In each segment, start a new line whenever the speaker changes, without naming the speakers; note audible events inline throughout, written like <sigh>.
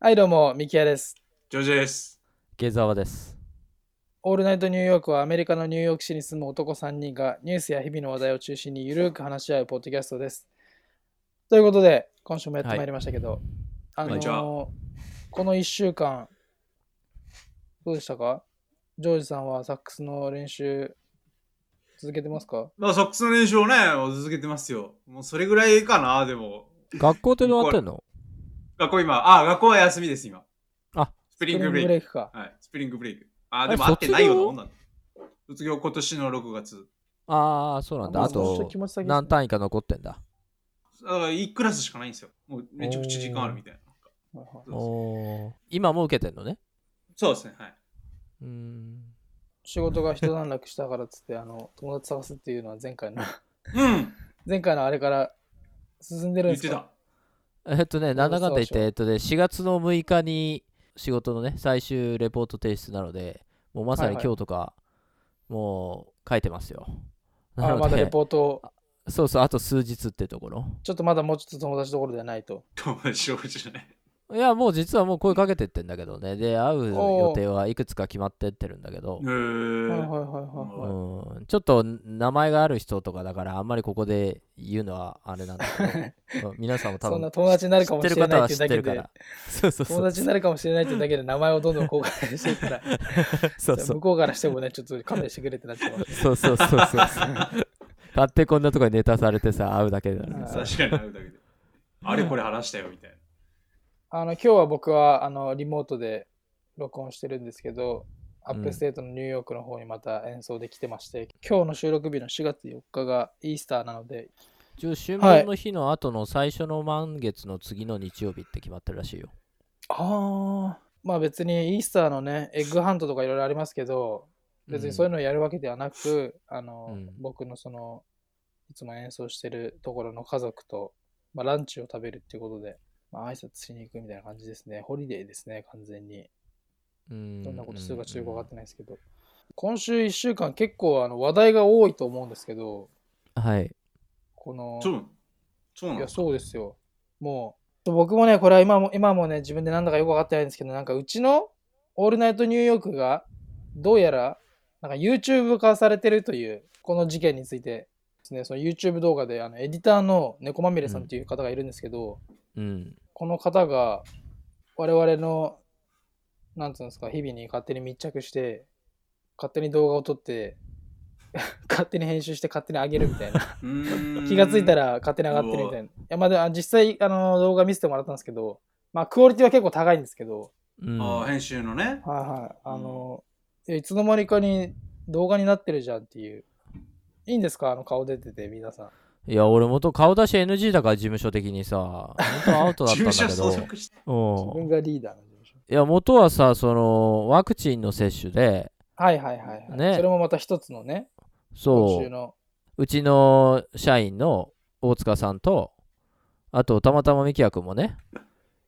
はい、どうも、ミキヤです。
ジョージです。
下沢です。
オールナイトニューヨークはアメリカのニューヨーク市に住む男3人がニュースや日々の話題を中心にゆるく話し合うポッドキャストです。ということで、今週もやってまいりましたけど、あ
こん
の
にちは
ーこの1週間、どうでしたかジョージさんはサックスの練習続けてますか
まあ、サックスの練習をね、続けてますよ。もうそれぐらいかな、でも。
学校ってどうなってんの
学校今、あ、学校は休みです、今。
あ、
スプ
ス
リングブレイク。
クか。
はい、スプリングブレイク。あ、
あ
で
れ
も会ってないようなも
卒業
んなんだ。卒業今年の6月。
ああ、そうなんだ。あ
もうちょっ
と
気、持ち先ですね
何単位か残ってんだ。
だから1クラスしかないんですよ。もうめちゃくちゃ時間あるみたいな。
はいはい
そう
おー今もう受けてんのね。
そうですね、はい。
うーん。
仕事が一段落したからっつって、あの、友達探すっていうのは前回の、
うん
前回のあれから進んでるん
言
です
っ
か
てた。
えっとね、なんだかんだ言っ
そうそう
て、えっとね、4月の6日に仕事のね、最終レポート提出なので、もうまさ
はい
に
はい
今日とか、もう書いてますよ。な
あま
の
だレ
で、
ポートを
そうそう、あと数日ってところ。
ちょっとまだもうちょっと友達どころではないと。
友達多いじゃない。
いや、もう実はもう声かけてってんだけどね。で、会う予定はいくつか決まってってるんだけど
へ。ー
はいはいはいはいは
うんちょっと名前がある人とかだからあんまりここで言うのはあれなんだけ
<laughs>
どうん皆さんも
い。
多
そんな
分
友達になる
知
か
っ
も
て
し
る
れな
方
いっ
は
てい
知
う
っ
だ
て
け
るか
で
ら、そうそうそう
友達になるかもしれないっていうだけで名前をどんどん公開していった
<laughs>
ら、
そうそう
向こうからしてもね、ちょっと勘弁してくれってなっちゃう。
<laughs> そうそうそうそう勝手にこんなとこにネタされてさ会うだけだからね
あー
確かに会うだけで。あれこれ話したよ、みたいな。
あの今日は僕はあのリモートで録音してるんですけど、アップステートのニューヨークの方にまた演奏で来てまして、今日の収録日の4月4日がイースターなので、
一応春分の日の後の最初の満月の次の日曜日って決まってるらしいよ
ああ、まあ別にイースターのね、エッグハントとかいろいろありますけど、別にそういうのをやるわけではなく、あの、
うん
僕のその、いつも演奏してるところの家族と、まあ、ランチを食べるっていうことで、まあ、挨拶しに行くみたいな感じですね。ホリデーですね、完全に。ど
ど
んなことするかちょっとよく分かってないですけど。今週1週間結構あの話題が多いと思うんですけど、
はい
この、
そうそうないの
や、そうですよ。もう、僕もね、これは今も、今もね、自分でなんだかよくわかってないんですけど、なんかうちのオールナイトニューヨークが、どうやら、なんか YouTube 化されてるという、この事件についてですね、その YouTube 動画で、あの、エディターの猫まみれさんという方がいるんですけど、
うん
この方が、我々の、なんつうんですか、日々に勝手に密着して、勝手に動画を撮って、 <laughs> 勝手に編集して勝手に上げるみたいな。
うーん
気がついたら勝手に上がってるみたいな。いや、まあであ、実際、あの、動画見せてもらったんですけど、まあ、クオリティは結構高いんですけど、
うん
あー編集のね。
はいはい。あの、いやいつの間にかに動画になってるじゃんっていう。いいんですかあの、顔出てて、皆さん。
いや俺元顔出し NG だから事務所的にさ本当はアウトだったん
<laughs>
だ
事
け
務所
ど
相続して。
うん
自分がリーダーなんでしょ。
いや元はさそのワクチンの接種で
はいはいはい、はい
ね
それもまた一つのね、
そ
今週
う
の。
うちの社員の大塚さんとあとたまたまみきやくんもね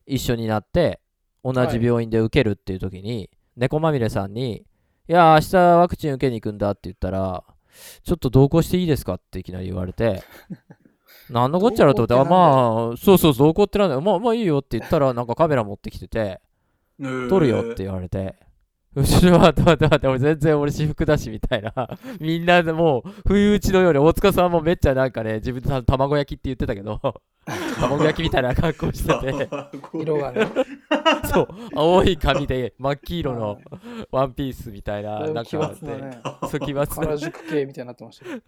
一緒になって同じ病院で受けるっていう時に猫まみれさんに「いや明日ワクチン受けに行くんだ」って言ったら「ちょっと同行していいですか?」っていきなり言われて何のこっちゃろうと思って「
同行
あ
ってなん
まあそうそうそう同行ってなんだよまあまあいいよ」って言ったらなんかカメラ持ってきてて撮るよって言われて、後ろは待って待って、俺全然俺私服だしみたいな、 <laughs> みんなでもう、不意打ちのように、大塚さんもめっちゃなんかね、自分で卵焼きって言ってたけど、 <laughs> 卵焼きみたいな格好して
<laughs>
て、
色がね、
そう、青い髪で真っ黄色のワンピースみたい
<laughs>
な、
だい
な
ぶ
ん
奇
か <laughs> あっ
抜
て、
なね、
そう <laughs> 奇抜な
原宿系みたいになってましたけど、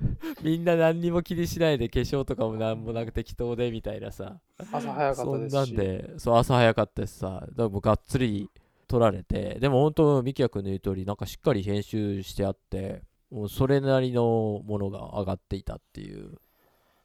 みんな何にも気にしないで、化粧とかもなんもなく適当でみたいなさ、
朝早かっ
そ
た
ん
です
なん
し。
で、そう朝早かったしさ、だからもうがっつり取られて、でも本当、みきやくんの言う通り、なんかしっかり編集してあって、もうそれなりのものが上がっていたっていう。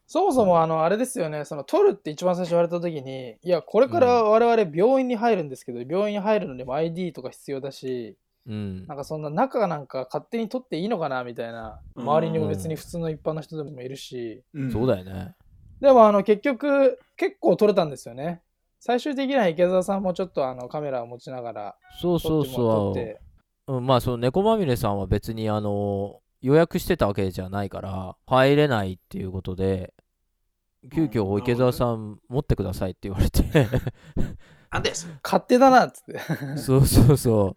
そもそもあのあれですよね、その取るって一番最初言われた時に、いや、これから我々病院に入るんですけど、病院に入るのにも ID とか必要だし、
うん
な。んかそんな中なんか勝手に取っていいのかなみたいな、周りにも別に普通の一般の人でもいるし、
そう
だ
だよね。
でもあの結局、結構取れたんですよね。最終的には池澤さんもちょっとあのカメラを持ちながら
そう
撮っ
そう
ても
そ
らっ
う。
て、
うん、まあ、その猫まみれさんは別に、あの、予約してたわけじゃないから、入れないっていうことで、
う
急
んなるほど
遽
<laughs>
ね
池澤さん持ってくださいって言われて、
なんだよ、それ。
勝手だなっつって。 <laughs>
そうそうそ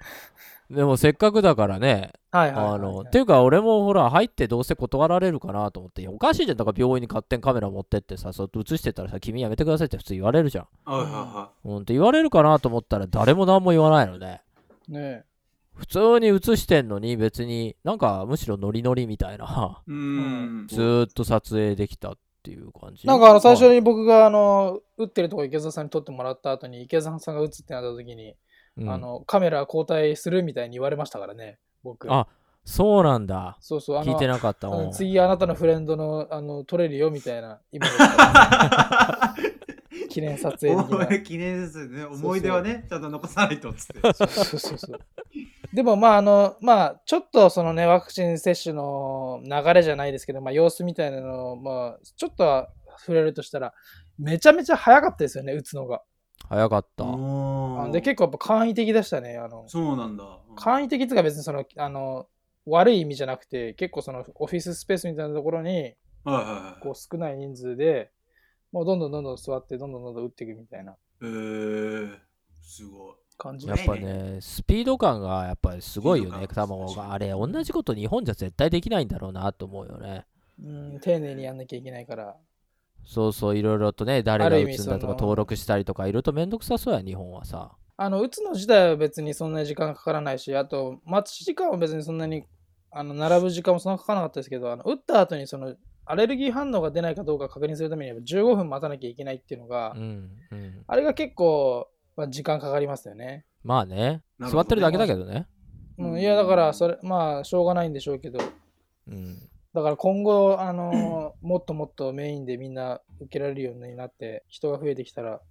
う。でもせっかくだからね、
はいはいはい、
あの、っていうか俺もほら入ってどうせ断られるかなと思って、いやおかしいじゃん、だから病院に勝手にカメラ持ってってさ、そう映してたらさ、君やめてくださいって普通言われるじゃん。
はいはいは
うんって言われるかなと思ったら誰も何も言わないのね。
ね
普通に映してんのに別になんかむしろノリノリみたいな
い。うーん。
ずーっと撮影できたっていう感じ
なんかあの最初
に、
に僕があの打ってるとこ池澤さんに撮ってもらった後に池澤さんが打つってなった時に、
うん
あのカメラ交代するみたいに言われましたからね僕
あそうなんだ
そうそうあ
聞い
の
てなかった
あ
も
の
ん
次あなたのフレンドのあの撮れるよみたいな今だった
<laughs>
ら記念撮影的
思
ない
記念ですね。 <laughs> 思い出はね、ちゃんと残さないとっつって。
そうそうそうそうでもまああのまあちょっとそのねワクチン接種の流れじゃないですけど、まあ、様子みたいなのを、まあ、ちょっとは触れるとしたらめちゃめちゃ早かったですよね打つのが、
早かった、
あ
お
で結構やっぱ簡易的でしたねあの
そうなんだ。うん
簡易的とか別にそのあの悪い意味じゃなくて結構そのオフィススペースみたいなところに
はいはいは
こ
い。
う少ない人数でもうどんどんどんどん座ってどんどんどんどん打っていくみたいな
えー、すごい。
感じ
やっぱねスピード感がやっぱりすごいよ
ス
ね
ピード感
卵があれ同じこと日本じゃ絶対できないんだろうなと思うよね
うん丁寧にやんなきゃいけないから
そうそういろいろとね誰
あ
が
る意
打
味
つんだ
そ
と
の
か登録したりとかいろいろとめんどくさそうや日本はさ
あの打つの自体は別にそんなに時間かからないしあと待ち時間は別にそんなにあの並ぶ時間もそんなかからなかったですけどあの打った後にそのアレルギー反応が出ないかどうか確認するためにやっぱ15分待たなきゃいけないっていうのが、
うんうん
あれが結構、まあ、時間かかりますよね
まあね
なるほどね
座ってるだけだけどね
う、
うんん
いやだからそれまあしょうがないんでしょうけど
うん
だから今後あのーもっともっとメインでみんな受けられるようになって人が増えてきたら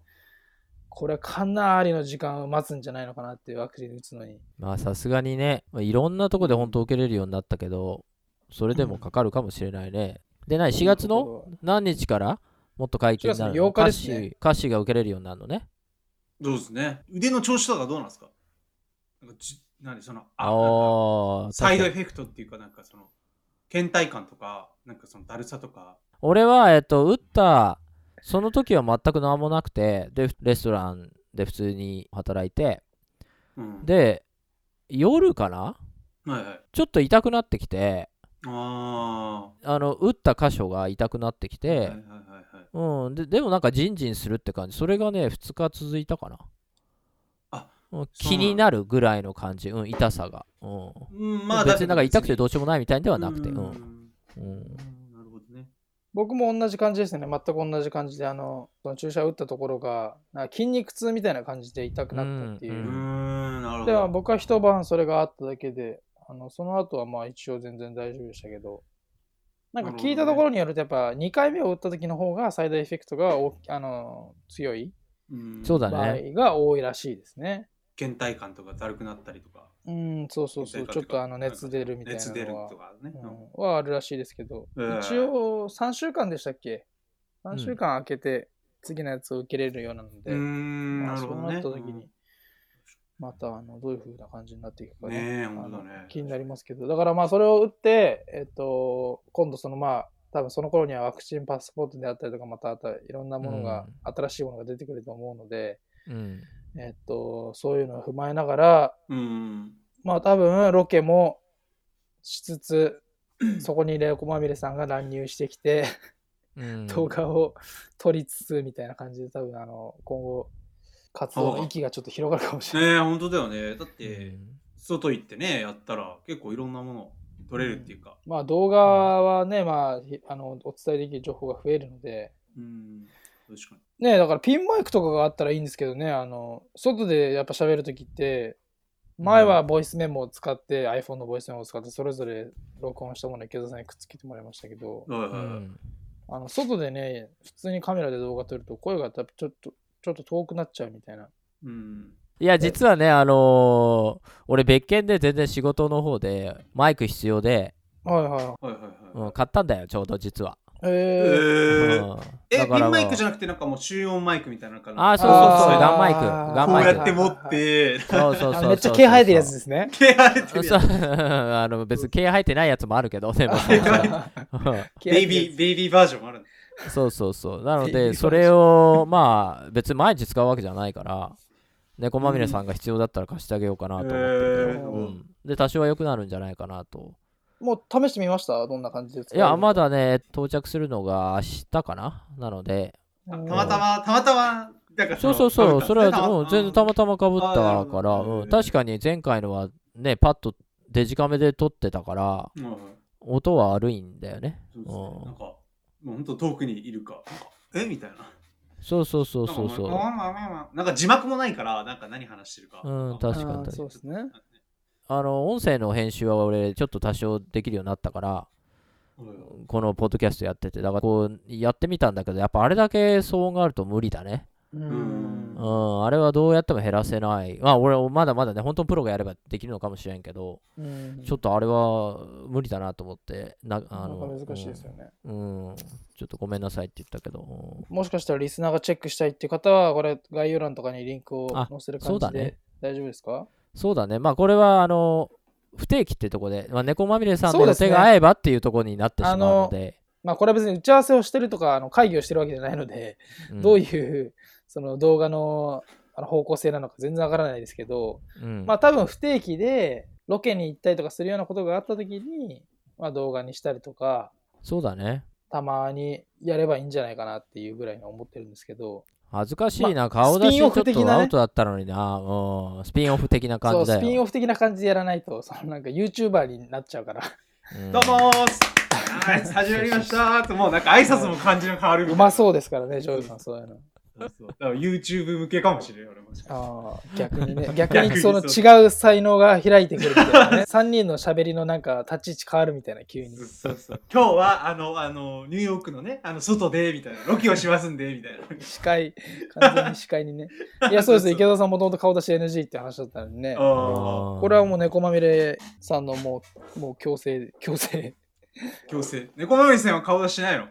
これはかなりの時間を待つんじゃないのかなっていうワクチン打つのに
まあさすがにね、まあいろんなとこで本当受けれるようになったけど、それでもかかるかもしれないね。でない、4月の何日からもっと解禁になるの
4月の8日ですね
歌手歌手が受けれるようになるのね。
そうですね。腕の調子とかどうなんですかなんかじ何その、あ
あ
なんか
あー、
サイドエ
確かに
フェクトっていうか、なんかその、倦怠感とか、なんかそのだるさとか。
俺は、えっと、打った、その時は全く何もなくて、で、レストランで普通に働いて、
うん、
で、夜かな
はいはい。
ちょっと痛くなってきて、
あ
あの、打った箇所が痛くなってき
あ。はい
て
はい、はいはい。
うん、ででもなんかジンジンするって感じそれがね2日続いたかな
あ
う
そう
ん
な
気
んだ
になるぐらいの感じ、うん、痛さが、うん
うん、まあ、
別になんか痛くてどうしようもないみたいで
う
はなくて、うん
うん
うん
なるほどね。
僕も同じ感じですね全く同じ感じであのその注射打ったところがなんか筋肉痛みたいな感じで痛くなったっていう、
う
うん
ーん、なるほど。
でも僕は一晩それがあっただけで、あのその後はまあ一応全然大丈夫でしたけど、なんか聞いたところによると、やっぱ2回目を打った時の方が最大エフェクトが大きあの強い
うん
そうだ
場合
ね
が多いらしいですね。
倦怠感とかだるくなったりとか、
うん、そうそうそう、
倦
ちょっ
怠感
とあの熱出るみたいな
熱出る
のは
とかね。
うんはあるらしいですけど、
うん
一応3週間でしたっけ ?3 週間空けて次のやつを受けれるようなので、
うーん、
ま
な
あ
る
そう
ほど
な
ね
っ。た時に、またあのどういう風な感じになっていく
う
か
ん
ね
ねえ、本当だね。
気になりますけど、だからまあそれを打って、えっ、と、今度そのまあ、多分その頃にはワクチンパスポートであったりとか、またあといろんなものが、新しいものが出てくると思うので、
うん
えっ、と、そういうのを踏まえながら、
うん。
まあ多分ロケもしつ
<clears throat>
つ、そこにレオコまみれさんが乱入してきて、
うん
動画を撮りつつみたいな感じで、多分あの、今後、活動の域がちょっと広がるかもしれない。
ねえ、本当だよね。だっ
う
て、
ん
外行ってね、やったら結構いろんなもの撮れるっていうか。
まあ動画はね、まあ、ひあの、お伝えできる情報が増えるので、
うん。確かに。
ねえだからピンマイクとかがあったらいいんですけどねあの外でやっぱ喋るときって前はボイスメモを使って、iPhone のボイスメモを使ってそれぞれ録音したものを池田さんにくっつけてもらいましたけど
はいは
う
いはい。
ん
あの外でね普通にカメラで動画撮ると声がやっぱちょっとちょっと遠くなっちゃうみたいな
うん。
いや実はねあのー俺別件で全然仕事の方でマイク必要で、
はいは
はいはい
うん
はい。
買ったんだよちょうど実は、
いえー、
え
うん
ーえ、ピンマイクじ
ゃ
ゃなくて、なんかもう集音マイクみたいな感じ。
あーそうそう
あ
そう
ー
ガンマイク
あー
ガン
こう
マイ
や
ク
って持って、
そうそうそう
あ
そう
のめっちゃ毛生えてるやつですね
手荒れてる
<laughs> そ
や
う <laughs>
つ。
あの別に毛生えてないやつもあるけどでも
<laughs> ベイビー、ベイビーバージョンもあるんだ
<laughs> そうそうそうなの
いい感
で
じ
それをまあ別に毎日使うわけじゃないから猫まみれさんが必要だったら貸してあげようかなと思って
えー
るけど、
う
うん、で多少は良くなるんじゃないかなと
もう試してみましたどんな感じですか
いやまだね到着するのが明日かななので
たまたま、たまたま、だから
そうそうそう、それはもう全然た
ま
またまかぶった
あー
か
な
ら、
るほど
う、
うんん
確かに前回のはね、パッとデジカメで撮ってたから、
たま。うん
音は悪いんだよね。
そううんですねなんか、もう本当遠くにいるか。なんかえみたいな。
そうそうそうそうそう。
なんかまあまあまあなんか字幕もないから、なんか何話してるか。
うん確かに
あーそうですね。
あの、音声の編集は俺、ちょっと多少できるようになったから、
うん
このポッドキャストやってて、だからこう、やってみたんだけど、やっぱあれだけ騒音があると無理だね。
う
うん
うんん、あれはどうやっても減らせない。まあ、俺、まだまだね、本当プロがやればできるのかもしれんけど、
うん
ちょっとあれは無理だなと思って、なあ
な
の
かなか難しいですよね、
うん、ちょっとごめんなさいって言ったけど、うん
もしかしたらリスナーがチェックしたいっていう方は、これ概要欄とかにリンクを
あ
載せる
そ
感
うだ
じ
ね
で大丈夫ですか
そうだね、まあこれはあの不定期ってとこで、まあ、猫まみれさん
そ
と
う
の
です
手
ね
が合えばっていうとこになってしまうので、
まあこれは別に打ち合わせをしてるとかあの会議をしてるわけじゃないので、
ん
どういうその動画のあの方向性なのか全然わからないですけど、
うん
まあ多分不定期でロケに行ったりとかするようなことがあった時に、まあ、動画にしたりとか
そうだね、
たまにやればいいんじゃないかなっていうぐらいに思ってるんですけど
恥ずかしい
ま
な、顔出
ス
しち
ピン
ょっ
オフ的なね
とアウトだったのにな、うん、スピンオフ的な
そ
感
う
じだ
ス
よ。
ピンオフ的な感じでやらないとそのなんか YouTuber になっちゃうから
うん
どうもーすはい、始まりましたーって、もうなんか挨拶も感じが変わるみた
う
いな
まそうですからねジョージさんそういうの。
そうそうだから YouTube 向けかもしれない、俺もしかしたら。
ああ逆に
<laughs>
ね逆
逆に
にその違う才能が開いてくるみたいなね3人の喋りのなんか立ち位置変わるみたいな急に
そうそう今日はあのあのニューヨークのねあの外でみたいなロケをしますんでみたいな
司会完全に司会にねい
<laughs>
やそうです池田さんもともと顔出し NG って話だったのにねこ
ああ
れはもう猫まみれさんのもうもう強制強制 <laughs>
強制猫まみりさんは顔出しないの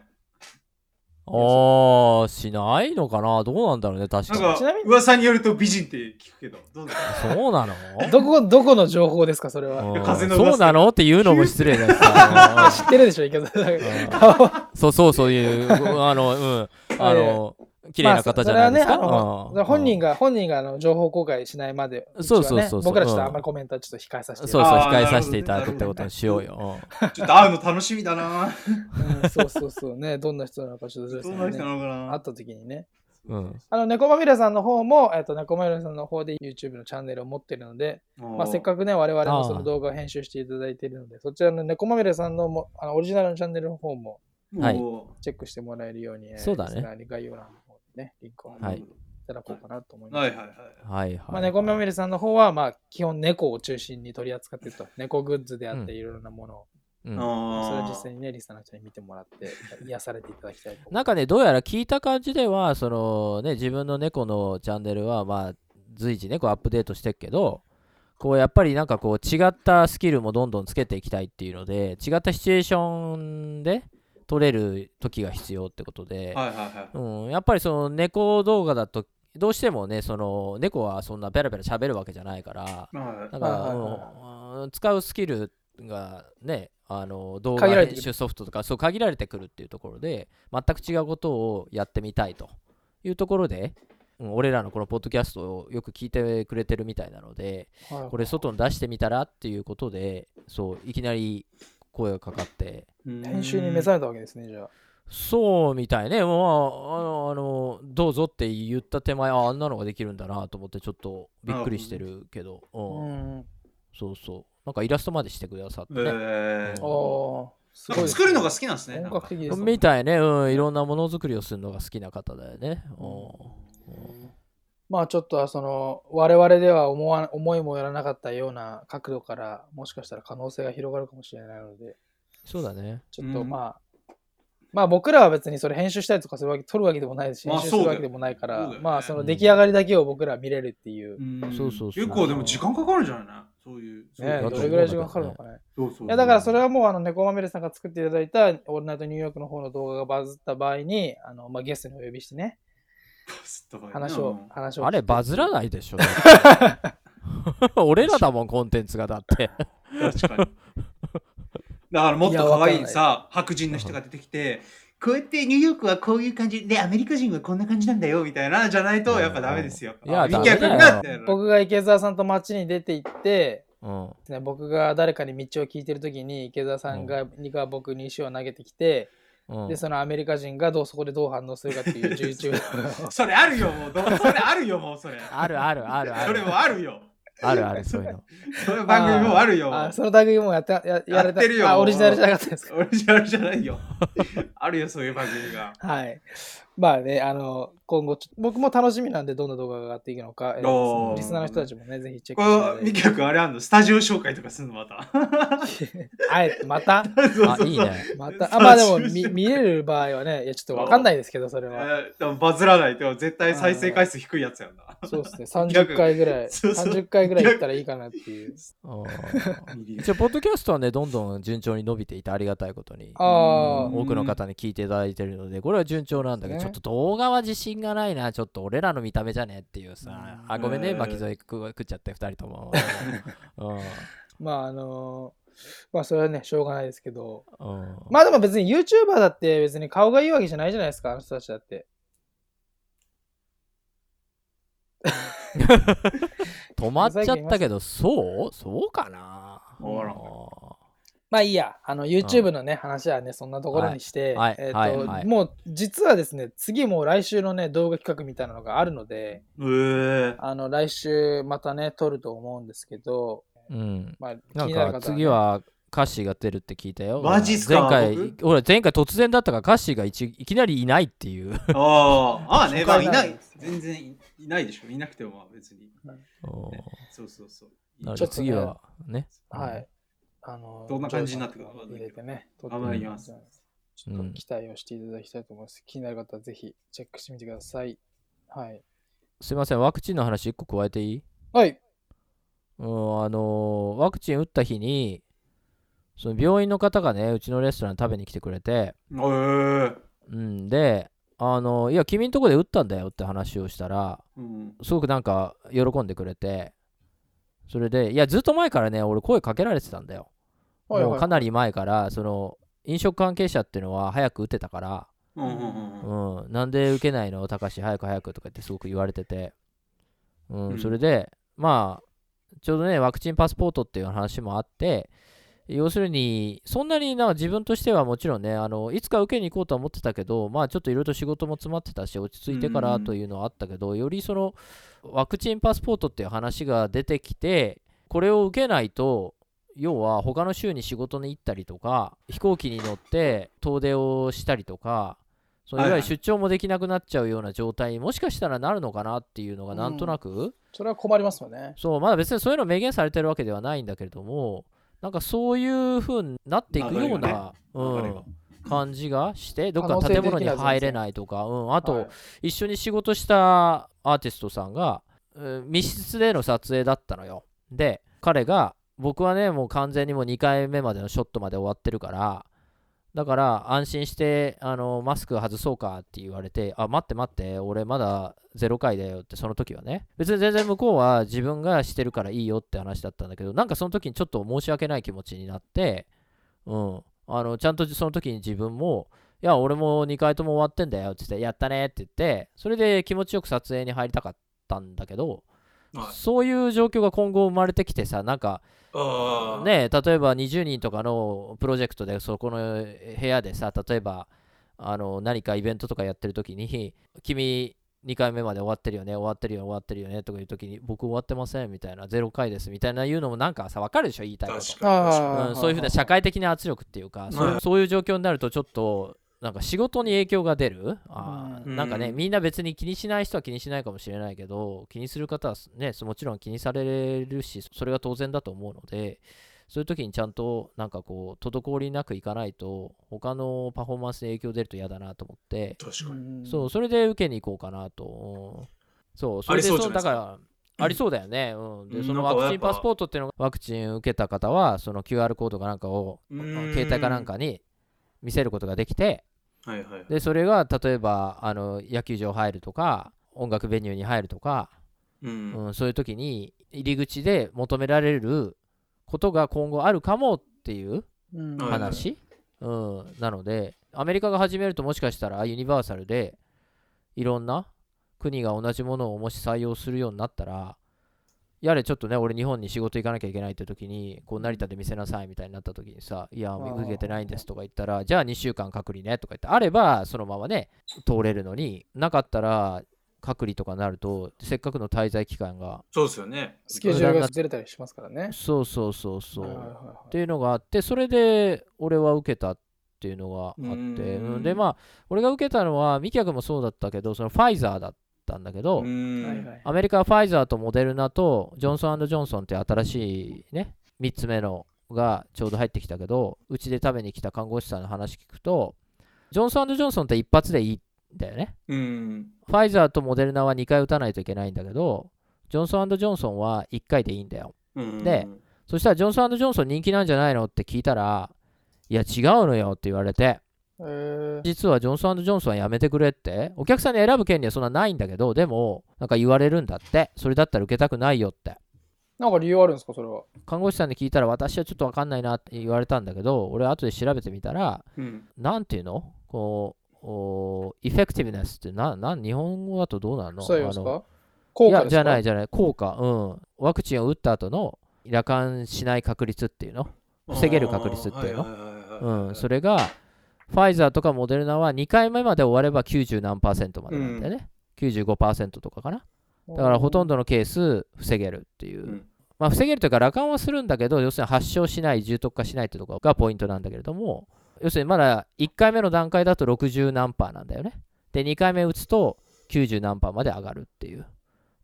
あーしないのかな、どうなんだろうね、確
なん
かに。
ちな
か
みに
噂によると美人って聞くけどどうな
<laughs>
の
そうなの
どこどこの情報ですかそれは
うん
風の噂
そうなのって言うのも失礼だしさ
<laughs> 知ってるでしょ池田さん
うん
<laughs> 顔
そうそうそういう、
<laughs>
あの、うん、あの、綺麗な方じゃないですか。
まあそれはねあの
うん
本人が本人があの情報公開しないまで
そうそうそ
一応ね
うそう
僕らちょっとあんまりコメントはちょっと控えさせ
そう
て
そう、
あー
控えさせていただくってことにしようよ。
ちょっと会うの楽しみだな
うんそうそうそうねどんな人なのかちょっと
ど
そうんで
な
すね
人なのか
会っ
な
た時にね
うん。
あの、猫まみれさんの方も、えっと、猫まみれさんの方で YouTube のチャンネルを持ってるので、まあ、せっ
く
かくね、我々
あ
の
ー
その動画を編集していただいているので、そちらの猫まみれさんのもあのオリジナルのチャンネルの方も
はい
チェックしてもらえるように、えー
そうだね
リスナーに概要欄の方にね、リンクを貼
は
って
い
いただこうかなと思います。
はいはいはい
はいはい。
まあ、猫まみれさんの方は、まあ、基本猫を中心に取り扱ってると、猫グッズであって、いろいろなものを、
うん
それを
あ
実
ー
際にね、リスナーの人に見てもらって、癒されていただきたいと。
なんかね、どうやら聞いた感じでは、そのね、自分の猫のチャンネルは、まあ、随時ね、こうアップデートしてっけど、こうやっぱりなんかこう違ったスキルもどんどんつけていきたいっていうので違ったシチュエーションで撮れる時が必要ってことで、
はいはいはい
うん、やっぱりその猫動画だとどうしてもねその猫はそんなベラベラ喋るわけじゃないから
はい
だから、
はいはい
うんうん使うスキルがねあの動画
限られてく
編
る
集ソフトとかそう限られてくるっていうところで全く違うことをやってみたいというところで、うん俺らのこのポッドキャストをよく聞いてくれてるみたいなので
はい
これ外に出してみたらっていうことでそういきなり声がかかって
うん
編集に目覚めたわけですね、じゃあ。
そうみたいね、もうああのあのどうぞって言った手前、ああんなのができるんだなと思って、ちょっとびっくりしてるけど、
う
うん
ん。
そうそう、なんかイラストまでしてくださって
え
ね。
ー
うん
おーす
なん
ごい
か
です
作るのが好きなんですね
本格的ですね
みたいね、うん、いろんなものづくりをするのが好きな方だよね。うん
まあちょっとはその我々では思わ思いもよらなかったような角度からもしかしたら可能性が広がるかもしれないので
そうだね。
ちょっと
うん
まあ、まあ僕らは別にそれ編集したりとかするわけ撮るわけでもないですし
まあ
編集するわけでもないから、
そうだよ
まあ
そ
そう
だよね
の出来上がりだけを僕ら見れるっていう、
ん
そうそうそう
結構でも時間かかるんじゃないなそういう
ね
だと思う
どれぐらい時間かかるのかね
そうそう
いやだからそれはもうあの猫まみれさんが作っていただいた「オールナイトニューヨーク」の方の動画がバズった場合にあの、まあ、ゲストにお呼びしてね話を話を
あれ、バズらないで <laughs> しょ。だって俺らだもん、コンテンツがだって。
<laughs> 確かに。だからもっと可愛いさ、白人の人が出てきて、こうやってニューヨークはこういう感じで、アメリカ人はこんな感じなんだよ、みたいな、じゃないと、やっぱダメですよ。
いや
あミキヤ君が
ダメ
って
だ
なる
僕が池澤さんと街に出て行って、
うん。
ね、僕が誰かに道を聞いてる時に池澤さんが,、が僕に石を投げてきて、
うん
でそのアメリカ人がどうそこでどう反応するかって
<laughs>
いう11中
それあるよ、もう。どそれあるよ、もう、それ。
あるあるあるあ
それ
る。
もあるよ。
あるある、そういうの。
そういう番組もあるよ。
あそのタグもやってややれた
やってるよ
あオリジナルじゃなかったですか
オリジナルじゃないよ。あるよ、そういう番組が。
はい。まあね、あの、今後ちょ、僕も楽しみなんで、どんな動画が上がっていくのか、え
おー
ーリスナーの人たちもね、ぜひチェッ
こ
クして
れ、ミ
い
キヤ君、あれあんのスタジオ紹介とかするの、また。
ただいて。あえて、ま
<laughs>
た
そうそう
あ
そう
いいね。
また。
そ
あ、
う
まあでも、
<laughs> そう
み
そう
見れる場合はね、いや、ちょっとわかんないですけど、それ
え <laughs>
は。
ーでもバズらないと絶対再生回数低いやつやんな。
そうですね、30回ぐらい、
そうそう
30回ぐらいいったらいいかなっていう。
うん一応、ポッドキャストはね、どんどん順調に伸びていて、ありがたいことに。
あ
うん
あ、
多くの方に聞いていただいてるので、これは順調なんだけど、
ね
ちょっと動画は自信がないな、ちょっと俺らの見た目じゃねっていうさ、
う
あ
ん
ごめんね、
うん
巻き添え食食っちゃって、2人とも。
<laughs>
う
まああのーまあそれはね、しょうがないですけど。
んうん
まあでも別に YouTuber だって別に顔がいいわけじゃないじゃないですか、あの人たちだって。
止まっちゃったけど、そうそうかな
ほら
まあいいや、あの YouTube のね、話はね、そんなところにして、
はい
えっ、と、
はいはい
もう実はですね、次もう来週のね、動画企画みたいなのがあるので、
えー、
あの、来週またね、撮ると思うんですけど、
うん。
まあ、気
なん
になる方は、
か次。はカッシーが出るって聞いたよ。
マジっすか
前回
僕、
ほら、前回突然だったからカッシーが一いきなりいないっていう。
ああ、ああね、まあ、
初回
い
な
なんい
で。
全然いいないでしょ。いなくてもまあ別に。そうそうそう。
なの
ちょ
で
っとね
次はね。
はい。あの、
どんな感じになってくるか
入れてね、撮
頑張ります。
ちょっと期待をしていただきたいと思います。気になる方はぜひチェックしてみてください。はい。
すいません、ワクチンの話1個加えていい
はい。
うん、あのーワクチン打った日に、その病院の方がね、うちのレストラン食べに来てくれて、
えー、
うん、で、あのーいや、君んとこで打ったんだよって話をしたら、
うん。
すごくなんか喜んでくれて、それで、いや、ずっと前からね、俺、声かけられてたんだよ。
はい
もう
は
か
い。
なり前から、その、飲食関係者っていうのは早く打てたから、
うんうんうんうん。
うん、なんで受けないの高橋早く早くとかってすごく言われてて、うん
うん
それでまあちょうどねワクチンパスポートっていう話もあって要するにそんなにな自分としてはもちろんねあのいつか受けに行こうとは思ってたけどまあちょっといろいろ仕事も詰まってたし落ち着いてか
うんう
ら
んうん
というのはあったけど、よりそのワクチンパスポートっていう話が出てきてこれを受けないと要は他の州に仕事に行ったりとか飛行機に乗って遠出をしたりとかそのい
はい
わゆ
はい
る出張もできなくなっちゃうような状態にもしかしたらなるのかなっていうのが
うん
なんとなく、
それは困りますよね。
そうまだ別にそういうの明言されてるわけではないんだけれどもなんかそういう風になっていくよう
流れ
な、う
流れ
ん
が、
感じがしてどっ
可能
か
性
建物
的
に
には全然
入れないとか、うん、あと、
はい
一緒に仕事したアーティストさんが、うん密室での撮影だったのよで彼が僕はねもう完全にもう2回目までのショットまで終わってるからだから安心してあのマスク外そうかって言われてあ待って待って俺まだ0回だよってその時はね別に全然向こうは自分がしてるからいいよって話だったんだけどなんかその時にちょっと申し訳ない気持ちになってうんあのちゃんとその時に自分もいや、俺も2回とも終わってんだよって言って、やったねって言って、それで気持ちよく撮影に入りたかったんだけど、
はい
そういう状況が今後生まれてきてさ、なんか
ああ。。
ね、例えば20人とかのプロジェクトで、そこの部屋でさ、例えばあの何かイベントとかやってる時に、君、2回目まで終わってるよね、終わってるよね、終わってるよねとかいう時に、僕終わってませんみたいな、0回ですみたいな言うのもなんかさ、わかるでしょ、言いたいこと。
確
あ
か
ー
うん、そういうふうな社会的な圧力っていうか、そう
うん
そういう状況になるとちょっとなんか仕事に影響が出るあー、
うん
なんかね
うん
みんな別に気にしない人は気にしないかもしれないけど気にする方はねもちろん気にされるしそれが当然だと思うのでそういう時にちゃんとなんかこう滞りなくいかないと他のパフォーマンスに影響出ると嫌だなと思って、
に。確かに。
そうそれで受けに行こうかなと、うんそうそれで
ありそうじゃないで
だ
すか
からありそうだよね、うん、
う
で
ん
その
なん
ワ
か
クチン
やっぱ
パスポートっていうのがワクチン受けた方はその QR コードかなんかを
うーん
携帯かなんかに見せることができて
はいはい。
でそれが例えばあの野球場入るとか音楽ベニューに入るとか、
うん。
うん、そういう時に入り口で求められることが今後あるかもっていう
うん。
はい
話、うん、なのでアメリカが始めるともしかしたらユニバーサルでいろんな国が同じものをもし採用するようになったらやれちょっとね俺日本に仕事行かなきゃいけないって時にこう成田で見せなさいみたいになった時にさ「いや
あー
受けてないんです」とか言ったら「じゃあ2週間隔離ね」とか言ってあればそのままね通れるのになかったら隔離とかなるとせっかくの滞在期間が
そうですよね。
スケジュールがずれたりしますからね。
そうそうそうそ
はいはいは
う
いはい
っていうのがあってそれで俺は受けたっていうのがあって
うん
うんでまあ俺が受けたのはミキヤ君もそうだったけどそのファイザーだったんだけど、
ん
はいはい
アメリカはファイザーとモデルナとジョンソンジョンソンって新しいね3つ目のがちょうど入ってきたけどうちで食べに来た看護師さんの話聞くとジョンソンジョンソンって一発でいいんだよね
うん。
ファイザーとモデルナは2回打たないといけないんだけどジョンソンジョンソンは1回でいいんだよ
うん
で、そしたらジョンソンジョンソン人気なんじゃないのって聞いたらいや違うのよって言われて
えー
実はジョンソンジョンソンはやめてくれってお客さんに選ぶ権利はそんなないんだけどでもなんか言われるんだってそれだったら受けたくないよって
なんか理由あるんですか、それは。
看護師さんに聞いたら私はちょっと分かんないなって言われたんだけど俺後で調べてみたら
うん。
なんていうのこうおエフェクティブネスってななん日本語だとどうなの
そうです
あの
か効
い
果ですか
やじゃないじゃない効果うんワクチンを打った後の羅漢しない確率っていうの、防げる確率っていうのうん、そ
れ。
れがファイザーとかモデルナは2回目まで終われば90何パーセントまでなんだよね、95%とかかなだからほとん
ど。
どのケース防げるっていう、
うん
まあ、防げるというか、羅漢はするんだけど、要するに発症しない、重篤化しないってところがポイントなんだけれども、要するにまだ1回目の段階だと60何パーなんだよね。で、2回目打つと90何パーまで上がるっていう。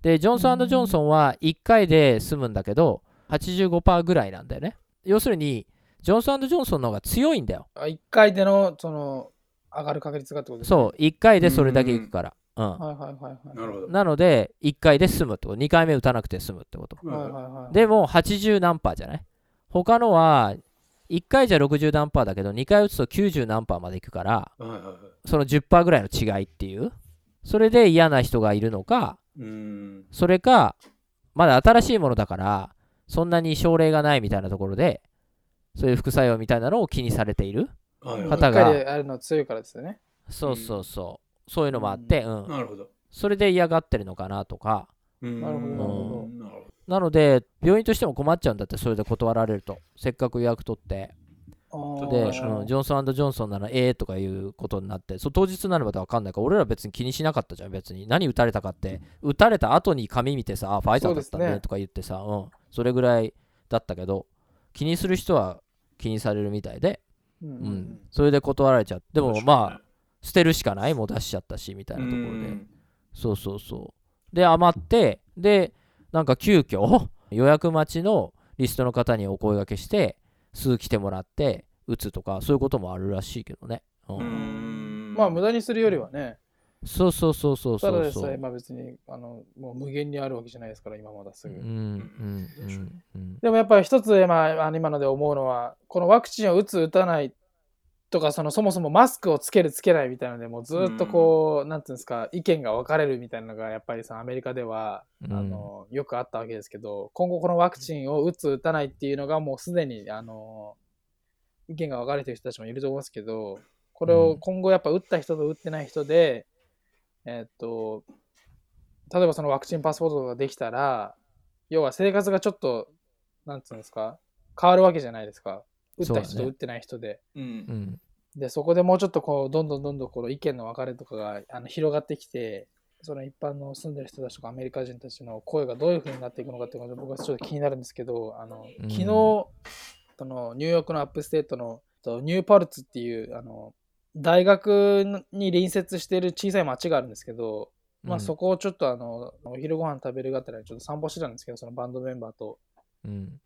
で、ジョンソンジョンソンは1回で済むんだけど、85パーぐらいなんだよね。要するに、ジョンソンジョンソンの方が強いんだよ。
あ一回での、その、上がる確率がってことですか
そう、1回でそれだけいくから。うん。
はいはいはいはい。
なるほど。
なので、1回で済むってこと、2回目打たなくて済むってこと。
はいはいはい。
でも80何パーじゃない他のは1回じゃ60何パーだけど2回打つと90何パーまでいくから
うんはいはいは
その10パーぐらいの違いっていうそれで嫌な人がいるのか
いうん。
それかまだ新しいものだからそんなに症例がないみたいなところでそういう副作用みたいなのを気にされている
はいはい
一
肩が
回であるのは強いからですよね。
そうそうそうそういうのもあってうん
なるほど。
それで嫌がってるのかなとか
うん
なるほど
なるほ
ど
なるほ
なので病院としても困っちゃうんだってそれで断られるとせっかく予約取って
あ
で、
確かに
うんジョンソンジョンソンならええとかいうことになってそう当日になるまで分かんないから俺ら別に気にしなかったじゃん別に何打たれたかって打たれた後に紙見てさあファイザーだった
そうです
ね
ね
とか言ってさそ,、うん、それぐらいだったけど気にする人は気にされるみたいで、
う
うんんそれで断られちゃうで
ど。
もまあ捨てるしかないもう出しちゃったしみた
あ
いなところで、そうそうそうで余ってでなんか急遽 <laughs> 予約待ちのリストの方にお声がけして数来てもらって打つとかそういうこともあるらしいけどね、うん
うん。
まあ無駄にするよりはね、
そうそうそうそう
た
そ
だで
う
さ
そ
え
う
まあ別にあのもう無限にあるわけじゃないですから、今まだすぐ。
うんうんうんうん
でもやっぱり一つ、まあ、あの今ので思うのは、このワクチンを打つ、打たないとか、そのそもそもマスクをつける、つけないみたいなので、もうずっとこう、なんていうんですか、意見が分かれるみたいなのが、やっぱりさ、アメリカでは、
うん
あのよくあったわけですけど、今後このワクチンを打つ、打たないっていうのが、もうすでに、あの、意見が分かれてる人たちもいると思うんですけど、これ
う
を
ん
今後やっぱ打った人と打ってない人で、えっと、例えばそのワクチンパスポートができたら、要は生活がちょっと、なんつうんですか、変わるわけじゃないですか。打っ
そ
た
うだね
人と打ってない人で。
うん
うん
で、そこでもうちょっとこう、どんどんどんどんこの意見の分かれとかがあの広がってきて、その一般の住んでる人たちとかアメリカ人たちの声がどういうふうになっていくのかっていうのが僕はちょっと気になるんですけど、あの、
うん
昨日、そのニューヨークのアップステートのとニューパルツっていう、あの、大学に隣接している小さい町があるんですけど、まあそこをちょっとあの、お昼ご飯食べるがてらにちょっと散歩してたんですけど、そのバンドメンバーと。
うん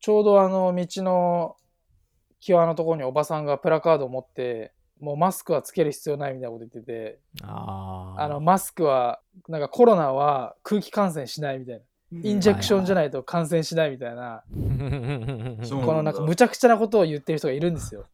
ちょうどあの道の際のところにおばさんがプラカードを持って、もうマスクはつける必要ないみたいなこと言ってて、
あー
あ
<laughs>
のマスクは、なんかコロナは空気感染しないみたいな、インジェクションじゃないと感染しないみたいな、
そう
このなんかむちゃくちゃなことを言ってる人がいるんですよ。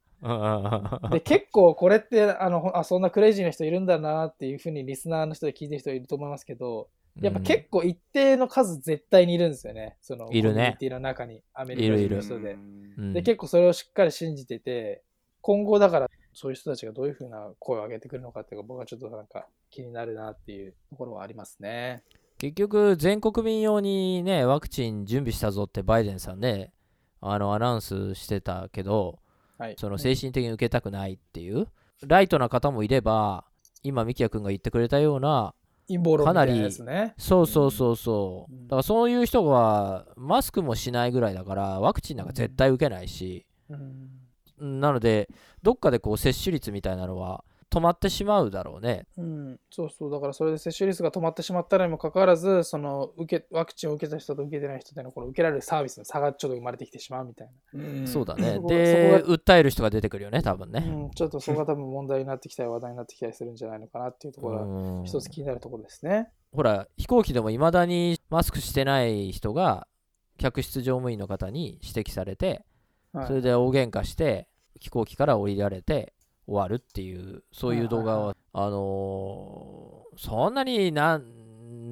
で、結構これってあのほあ、そんなクレイジーな人いるんだなっていうふうにリスナーの人で聞いてる人いると思いますけど、やっぱ結構一定の数絶対にいるんですよね、その
いるね
コミュニティの中に、アメリカ
い
人
る
の
い
人で。
うん
うん
で結構それをしっかり信じてて今後だからそういう人たちがどういうふうな声を上げてくるのかっていうか、僕はちょっとなんか気になるなっていうところはありますね。
結局、全国民用にね、ワクチン準備したぞってバイデンさんね、あのアナウンスしてたけど、
はい。
その精神的に受けたくないっていう、ライトな方もいれば、今、ミキヤ君が言ってくれたような、
陰謀論みたいなやつね。
そうそうそうそう、
うん
だからそういう人はマスクもしないぐらいだから、ワクチンなんか絶対受けないし、
うん
なので、どっかでこう接種率みたいなのは止まってしまうだろうね。
うん、そうそう、だからそれで接種率が止まってしまったのにもかかわらず、その受けワクチンを受けた人と受けてない人でのこの受けられるサービスの差がちょっと生まれてきてしまうみたい
そうだ
<laughs>
ね
そ。こ
で、
そ
訴える人が出てくるよね、多分
な、
ね。
うん、ちょっとそこが多分問題になってきたり、話題になってきたりするんじゃないのかなっていうところが、
うん
一つ気になるところですね。
ほら、飛行機でもいまだにマスクしてない人が、客室乗務員の方に指摘されて、
はい、
それで大喧嘩して飛行機から降りられて終わるっていうそういう動画はあのーそんなに何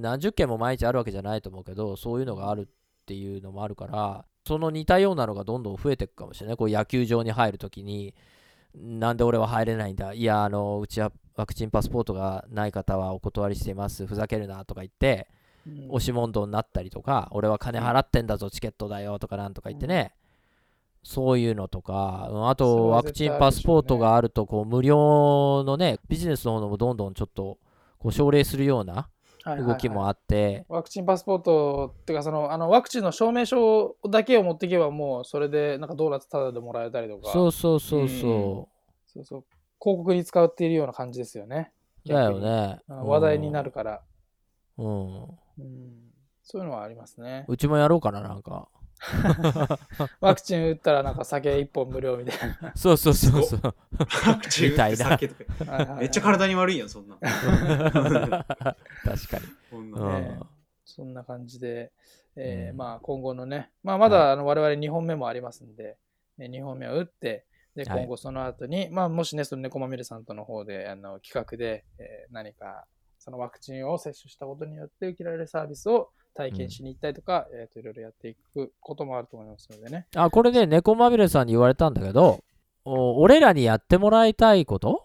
何十件も毎日あるわけじゃないと思うけどそういうのがあるっていうのもあるからその似たようなのがどんどん増えていくかもしれないこう野球場に入るときになんで俺は入れないんだいやあのうちはワクチンパスポートがない方はお断りしていますふざけるなとか言って
うん
押し問答になったりとか、俺は金払ってんだぞ、チケットだよとかなんとか言ってね、そういうのとか、うんあ
それ
と
は
ワク
絶対
チンパスポート
あ
があると、こう無料のね、ビジネスの方のもどんどんちょっとこう奨励するような
はいはいはい
動きもあって、
ワクチンパスポートっていうかそのあのワクチンの証明書だけを持っていけばもうそれでなんかドーナツタダでもらえたりとか
そうそうそうそ
そうそう広告に使っているような感じですよね
う、だよね。
あの話題にな
る。
るから、
う
う
ん、
んそういうのはありますね
うちもやろうかな、なんか。
ワクチン打ったらなんか酒1本無料みたい
そうそうそうそう。
ワクチン打って酒とか
なはいはいはい
めっちゃ体に悪いやん、そん
<laughs>
な。
<laughs> 確か
こん
に。
な
う
<laughs>
ね
ね
ん
そんな感じで、えー
うん
まあ、今後のね、まあ、まだ
は
あの我々2本目もありますんで、ね2本目を打って、で
はい
今後その後に、まあ、もしね、その猫まみれさんとの方であの企画で、えー何かそのワクチンを接種したことによって受けられるサービスを体験しに行ったりとか、えーといろいろやっていくこともあると思いますのでね。
あ、これで猫まみれさんに言われたんだけど、お俺らにやってもらいたいこと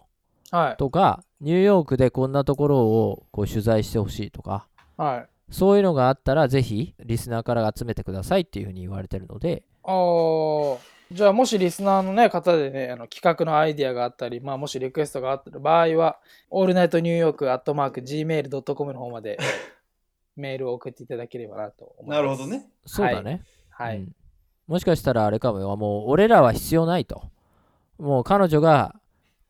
はい。
とかニューヨークでこんなところをこう取材してほしいとか
はい、
そういうのがあったらぜひリスナーから集めてくださいっていうふうに言われてるので
あーじゃあ、もしリスナーの、ね、方でね、あの企画のアイディアがあったり、まあ、もしリクエストがあった場合は、オールナイトニューヨークアットマーク Gmail.com の方ま
<laughs>
でメールを送っていただければなと思います。
なるほど。ね。
そうだね、
はい。
うんもしかしたらあれかもよもう俺らは必要ないともう彼女が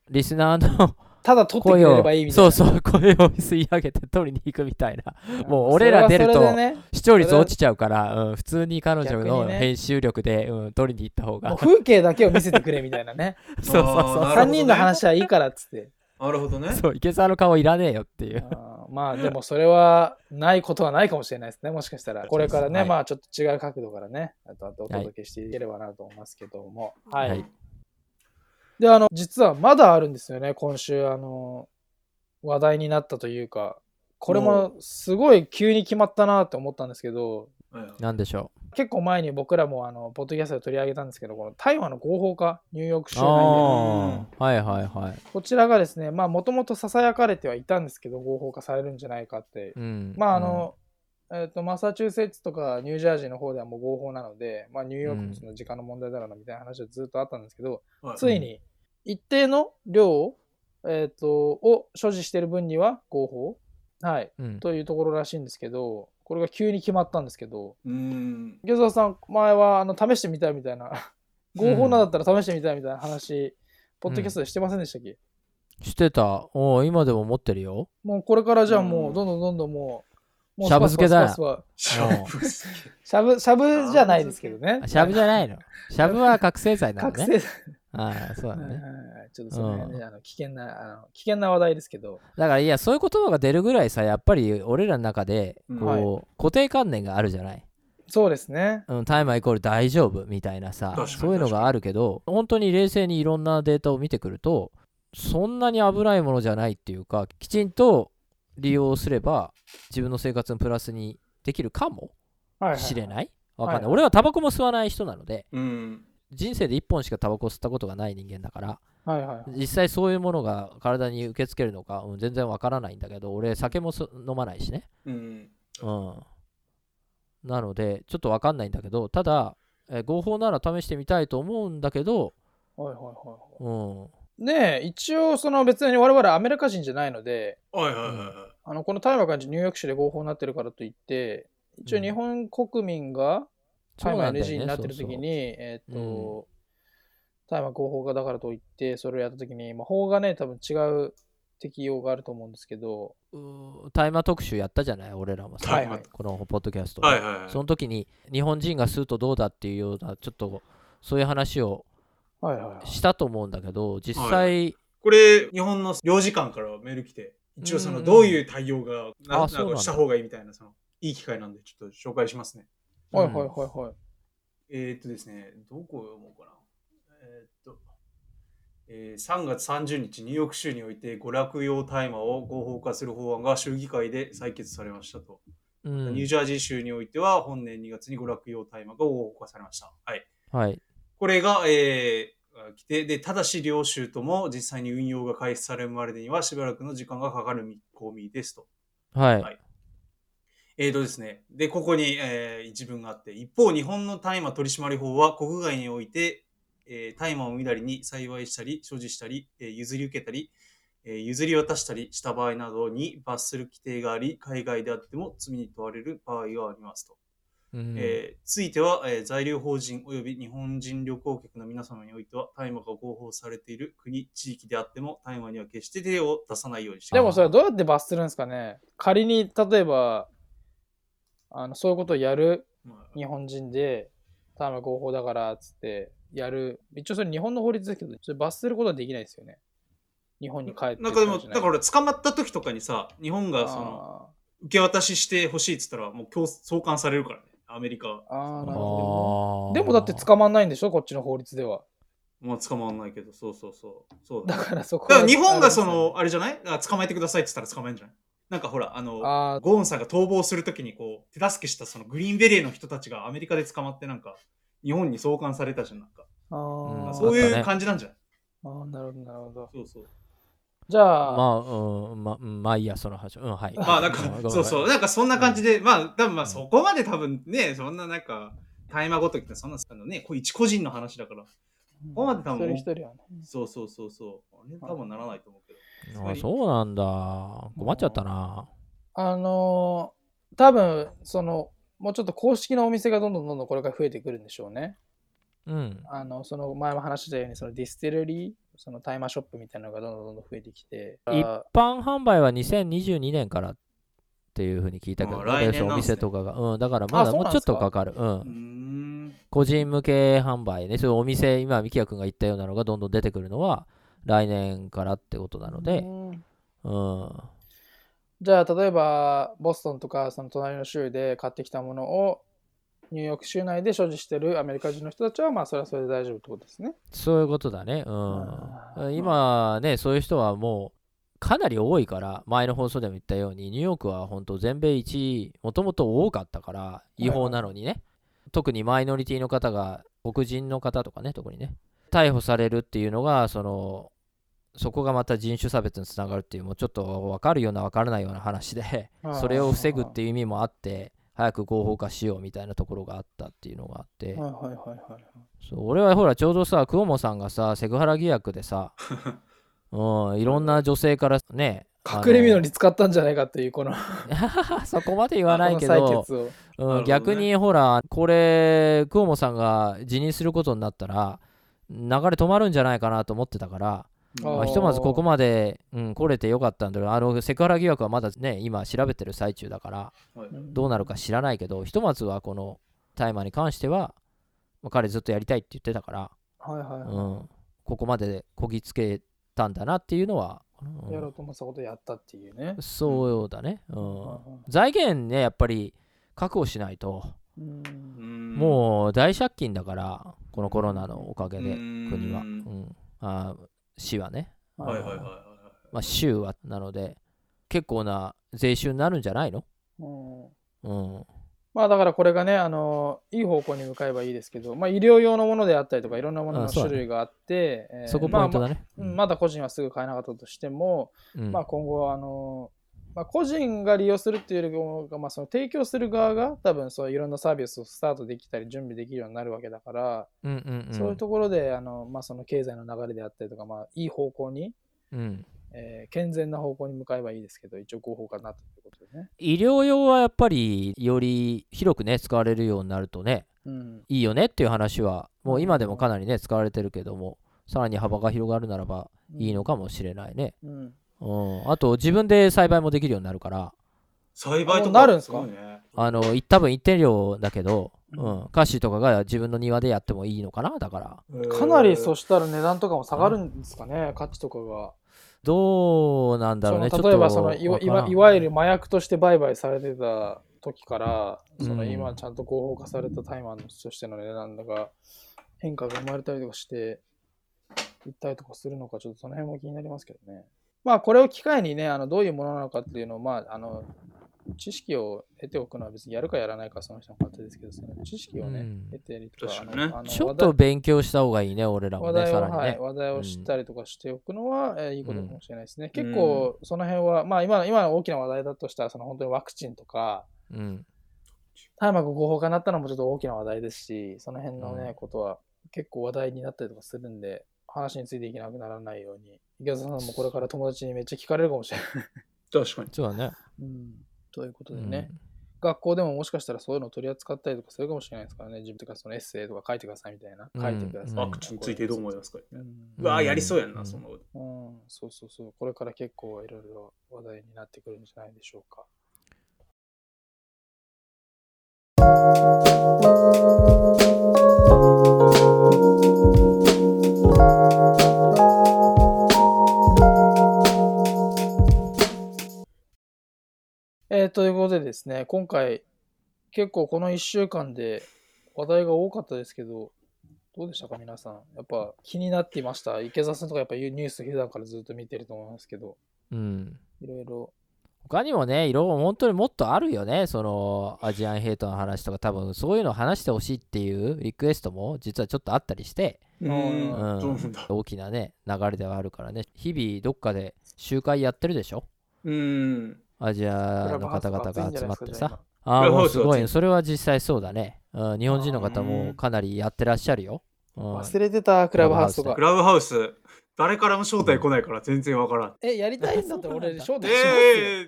リスナー
<laughs>
の
ただ取ってく
声
れれ
を
ばいいみたい
そ
な。
うそう声を吸い上げて取りに行くみたいなもう
そ
俺
れは
ら出る
それで
と
ね、
視聴率落ちちゃうから、うん、普通に彼女
逆に
の
ね
編集力で、うん、取りに行った方が
もう風景だけを見せてくれみたいなね。
<laughs> そうそう
あーなるほどね
3人の話はいいからっつって。
なるほどね。
そう池澤の顔いらねえよっていう
あーまあでもそれはないことはないかもしれないですね、もしかしたら。これからね、
はい
まあちょっと違う角度からね、あとあとお届けしていければなと思いますけども。はい。
はい
で、あの、実はまだあるんですよね、今週、あの、話題になったというか、これもすごい急に決まったなって思ったんですけど、
うん
なんでしょ
結構前に僕らもあの、ポッドキャストで取り上げたんですけど、この大麻の合法化、ニューヨーク
う
州内で。
ああはいはいはい
こちらがですね、まあ、もともとささやかれてはいたんですけど、合法化されるんじゃないかって
うん
まああ、の、えー、とマサチューセッツとかニュージャージーの方ではもう合法なので、まあ、ニューヨーク
うん
のその時間の問題だろうなみたいな話はずっとあったんですけど、
はい
ついに一定の量を,、えー、とを所持している分には合法、はい、
うんうん
というところらしいんですけどこれが急に決まったんですけど
うん。
池澤さん前はあの試してみたいみたいな
<laughs>
合法なんだったら試してみたいみたいな話、ポッドキャストでしてませんでしたっけ、
してたおう今でも持ってるよ
もうこれからじゃあも
う
うんどんどんどんどんもう、もう
シャブ漬けだ
スパスパスパスパ
シャープすぎ
シャブ、シャブじゃないですけどね
あ。シャブじゃないのシャブは覚醒剤なの
覚醒
ね
剤。
ああそう
<laughs>
だ
はいはい
ね
はいちょっとその辺ね、あの危険な、あの危険な話題ですけど。
だからいやそういう言葉が出るぐらいさやっぱり俺らの中で
うん
こう、固定観念があるじゃない
そうですね。
うん大麻イコール大丈夫みたいなさ
確かに
そういうのがあるけど本当に冷静にいろんなデータを見てくるとそんなに危ないものじゃないっていうかきちんと利用すれば自分の生活のプラスにできるかも
はい、はい。
しれないわ
はい
かんない俺はタバコも吸わない人なので
うん。
人生で1本しかタバコ吸ったことがない人間だから
はいはい。
実際そういうものが体に受け付けるのか、うん全然わからないんだけど俺酒もそ飲まないしね
うん。
うん、なのでちょっとわかんないんだけどただ、えー合法なら試してみたいと思うんだけど、
はいはいはい。
うん、
ねえ、一応、その別に我々アメリカ人じゃないので、
はいはいはいは
あのこの大麻がニューヨーク州で合法になってるからといって、一応日本国民が大麻 NG になってる時に、えーっ、と、大麻合法がだからといって、それをやった時に、まあ、法がね、多分違う適用があると思うんですけど、
う大麻特集やったじゃない俺らもさ、
はいはい
このポッドキャスト、
い。はいはいはい。
その時に日本人が吸うとどうだっていうようなちょっとそういう話を
はいはいはい。
したと思うんだけど実際、
はこれ、日本の領事館からメール来て、一応そ
うんう
の、
ん
どういう対応が、な
あ
な
そうんなん
か
だ
した方がいいみたいな、その、いい機会なんで、ちょっと紹介しますね。
はいはいはいはい。
えー、っとですね、どこを読もうかな。えー、っと、えー3月30日、ニューヨーク州において娯楽用大麻を合法化する法案が州議会で採決されましたと。
うん
ニュージャージー州においては、本年2月に娯楽用大麻が合法化されました。はい。
はい、
これが、えー来て、で、ただし両州とも実際に運用が開始されるまでにはしばらくの時間がかかる見込みですと。
はい
はいえーとですね、でここに、えー一文があって一方日本の大麻取締法は国外において、えー大麻をみだりに栽培したり所持したり、えー譲り受けたり、えー譲り渡したりした場合などに罰する規定があり海外であっても罪に問われる場合がありますと、
うん
えーついては、えー在留邦人及び日本人旅行客の皆様においては大麻が合法されている国地域であっても大麻には決して手を出さないようにしてく
で
ださい
もそれどうやって罰するんですかね仮に、例えば、あのそういうことをやる
まあ
日本人で、大麻合法だからっつってやる、一応それ日本の法律ですけど、それ罰することはできないですよね。日本に帰ってきた
なん
ん
か
じゃ
で
な
も、
い。
だから捕まった時とかにさ、日本がその受け渡ししてほしいっつったら、もう強送還されるからね、アメリカは。
あーあー、な
あ
るほ
ー
ど。でもだって捕まんないんでしょこっちの法律では。
まあ捕まんないけど、そうそうそう。そうだ,、
だ
ね、
からそこ
だ
は
から日本がその、、あれじゃないあ捕まえてくださいっつったら捕まえんじゃないなんかほら、あの、
あ
ゴーンさんが逃亡するときにこう、手助けしたそのグリーンベレーの人たちがアメリカで捕まってなんか、日本に送還されたじゃん、なんか。
ーあ
ん
ー、
そう
あった
いう
ね
感じなんじゃない、
あーなるほど、なるほど。
そうそう。
じゃあ、
まあ、うん、まうんまあいいやその話うんはい
まあなん
ごめ
か、
ごめ
そうそう、なんかそんな感じで、まあ多分まあそこまで多分ね、そんななんか、大麻ごときってそんな、あのね、こう一個人の話だから、
うん
ここまで多分
一人一人はね。
そうそうそうそう、あれ多分ならないと思うけど。
あそうなんだ困っちゃったな
あのー多分、その、もうちょっと公式のお店がどんどんどんどんこれから増えてくるんでしょうね。
うん
あの、その前も話したように、そのディスティルリー、その大麻ショップみたいなのがどんどんどんどん増えてきて、
い
あ
一般販売は2022年からっていうふうに聞いたけど、
あ来年
そうお
なんすね
店とかが、うん、だからま
あ
だ
そう
も
な
うんちょ
す
っ
か
とかかる、うん
うーん。
個人向け販売ねそういうお店今みきやくんが言ったようなのがどんどん出てくるのは来年からってことなので
うん
うん、
じゃあ、例えば、ボストンとか、その隣の州で買ってきたものを、ニューヨーク州内で所持してるアメリカ人の人たちは、まあ、それはそれで大丈夫ってことですね。
そういうことだね
あ
う
ー
ん今ねそういう人はもうかなり多いから前の放送でも言ったようにニューヨークは本当全米1位もともと多かったから違法なのにね、特にマイノリティの方が黒人の方とかね特にね逮捕されるっていうのがそのそこがまた人種差別につながるっていうもうちょっと分かるような分からないような話で
あー
それを防ぐっていう意味もあって早く合法化しようみたいなところがあったっていうのがあっ
は
て
いはいはいはい。
そう俺はほらちょうどさクオモさんがさセクハラ疑惑
<laughs>
でさ、うん、いろんな女性からね
隠れみの
り
に使ったんじゃないかっていう、この、
<laughs> そこまで言わないけ
この採
ど
決を。
なるほど
うん、
ね
逆にほらこれクオモさんが辞任することになったら流れ止まるんじゃないかなと思ってたから、
あー
まあ、ひとまずここまで、うん、来れてよかったんだけどあのセクハラ疑惑はまだね今調べてる最中だから
はい
どうなるか知らないけどひとまずはこの大麻に関しては、まあ、彼ずっとやりたいって言ってたから、
はいはいはい。
うん、ここまでこぎつけたんだなっていうのは、うん
やろうと思ってたことやったっていうね。
そうだね、うん、
は
財源ねやっぱり確保しないと。
いはいうん
も
もう大借金だから、このコロナのおかげ
う
で、
ん
国は。うん、あー市はね、
うはいはいはいは
まあ、州はなので、結構な税収になるんじゃないの、
うん
うん、
まあだからこれがね、あのいい方向に向かえばいいですけど、まあ医療用のものであったりとか、いろんなもの
あ
の
そうだ
種
ね
類があって、えー
そこポイントだね。
まあまあうんまだ個人はすぐ買えなかったとしても、
うん
まあ今後はあの、まあ、個人が利用するっていうよりも、まあ、その提供する側が多分そういろんなサービスをスタートできたり準備できるようになるわけだから、
うんうんうん、
そういうところであの、まあ、その経済の流れであったりとか、まあ、いい方向に、
うん
えー健全な方向に向かえばいいですけど一応合法かなということでね。
医療用はやっぱりより広くね使われるようになるとね
うん
いいよねっていう話はもう今でもかなりね使われてるけどもさらに幅が広がるならばいいのかもしれないね、
うん、
うん、あと自分で栽培もできるようになるから
栽培とか
なるんすか
ごいね
あのい多分一定量だけど、
う
うんん、歌詞とかが自分の庭でやってもいいのかなだから
かなりそ
そ
したら値段とかも下がるんですかね、価値とかが。
どうなんだろうねちょ
その
っと
例えばそのいわ
わか
い
ら
わ
ん
いわゆる麻薬として売買されてた時から、その
うん
今ちゃんと合法化されたタイマーとしての値段だが変化が生まれたりとかして一体とかするのかちょっとその辺も気になりますけどね。まあこれを機会にねあのどういうものなのかっていうのをまああの知識を得ておくのは別にやるかやらないかはその人の勝手ですけどその知識をね、
うん
得てりとか
確かにね
あのあの
ちょっと勉強した方がいいね俺らも
話
ね
題
さ
を、
らに
はい、
ね、
話題を知ったりとかしておくのは、えーいいことかもしれないですね。
うん
結構、その辺は、まあ今の、今の大きな話題だとしたら、その本当にワクチンとか、
うん
大麻が合法化になったのもちょっと大きな話題ですし、その辺のね、
うん
ことは結構話題になったりとかするんで、話についていけなくならないように、池田さんもこれから友達にめっちゃ聞かれるかもしれ
<laughs>
ない。
確かに
そうだね
うん、ということでね、学校でももしかしたらそういうのを取り扱ったりとかするかもしれないですからね、自分とかそのエッセイとか書いてくださいみたいな、
うん
書いてくださいみたいな。
う
ワ
ん
クチンについてどう思いますか、
う
ね
ん
うわーやりそうやんな、
うん
そんなこと
うん、そうそうそう。これから結構いろいろ話題になってくるんじゃないでしょうか。えー、ということでですね、今回結構この1週間で話題が多かったですけど、どうでしたか皆さん。やっぱ気になっていました。池澤さんとかやっぱニュース普段からずっと見てると思いますけど、
うん、うん
いろいろ。
他にもね、いろいろ本当にもっとあるよね、そのアジアンヘイトの話とか、多分そういうの話してほしいっていうリクエストも実はちょっとあったりして、
ん
う
うん
ん
そうなんだ
大きなね、流れではあるからね、日々どっかで集会やってるでしょ、
うん
アジアの方々が集まってさ。。あ
ク
あ、
ラブハ
もう
ウ
す
ス
ご
は
い、それは実際そうだね。うん、日本人の方
う
も
ん
かなりやってらっしゃるよ。うん、
忘れてた、クラブハウスとか
ク。ラブハウス誰からも招待来ないから全然わからん
え、やりたいんだったら
<laughs>
俺、招
え
待し
ー
ますよ。
えー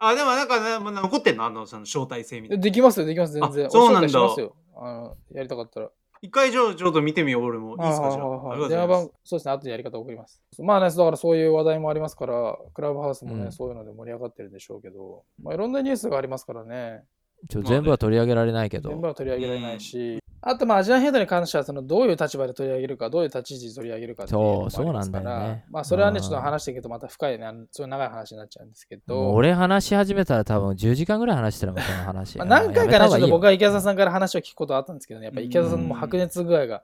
あでもなんかなまあ残ってんのあのその招待制みたいな
できますよ、できます、全然。
あそう
お招
なんだ
待しますよ。あの、やりたかったら。
一回じゃあちょっと見てみよう俺もいいですかじゃあ
はい
あ
はい
り
はい
がとう
電
ござ
話
います
番、そうですね、後でやり方送ります。まあね、だからそういう話題もありますから、クラブハウスもね、
うん
そういうので盛り上がってるんでしょうけど、まあいろんなニュースがありますからね、
ちょ全部は取り上げられないけど、
全部は取り上げられないし、あとまあアジアンヘイトに関しては、そのどういう立場で取り上げるか、どういう立ち位置で取り上げるかっていうのもありますか
そうそうなんだ
ら
よね
まあそれはね、
うん
ちょっと話していくとまた深いね、あのそういう長い話になっちゃうんですけ
もう
ど、
俺話し始めたら多分10時間ぐらい話してるもん、その話。
まあ、何回かね、
やめた
ちょっ
方がいい
と
よ
僕は池澤さんから話を聞くことあったんですけどね、やっぱ池澤さんのもう白熱具合が、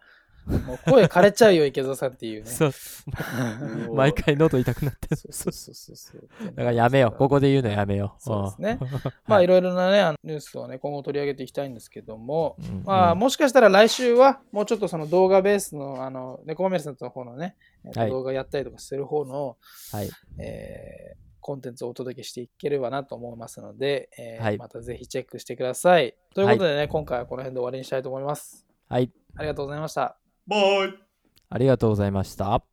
もう声枯れちゃうよ、池澤さんっていうね。
<laughs> そう
う
毎回喉痛くなってる。
そうそうそうそう。
だからやめよう。ここで言うのやめよう。
そうですね。まあいろいろなね、あのニュースをね、今後取り上げていきたいんですけども、
うん。
まあ
うん
もしかしたら来週は、もうちょっとその動画ベースの、あの、猫豆さんの方のね、えっと
はい
動画やったりとかする方の、
はい。
えーコンテンツをお届けしていければなと思いますので、えー
はい
またぜひチェックしてください。ということでね、今回はこの辺で終わりにしたいと思います。
はい。
ありがとうございました。
バイ
ありがとうございました。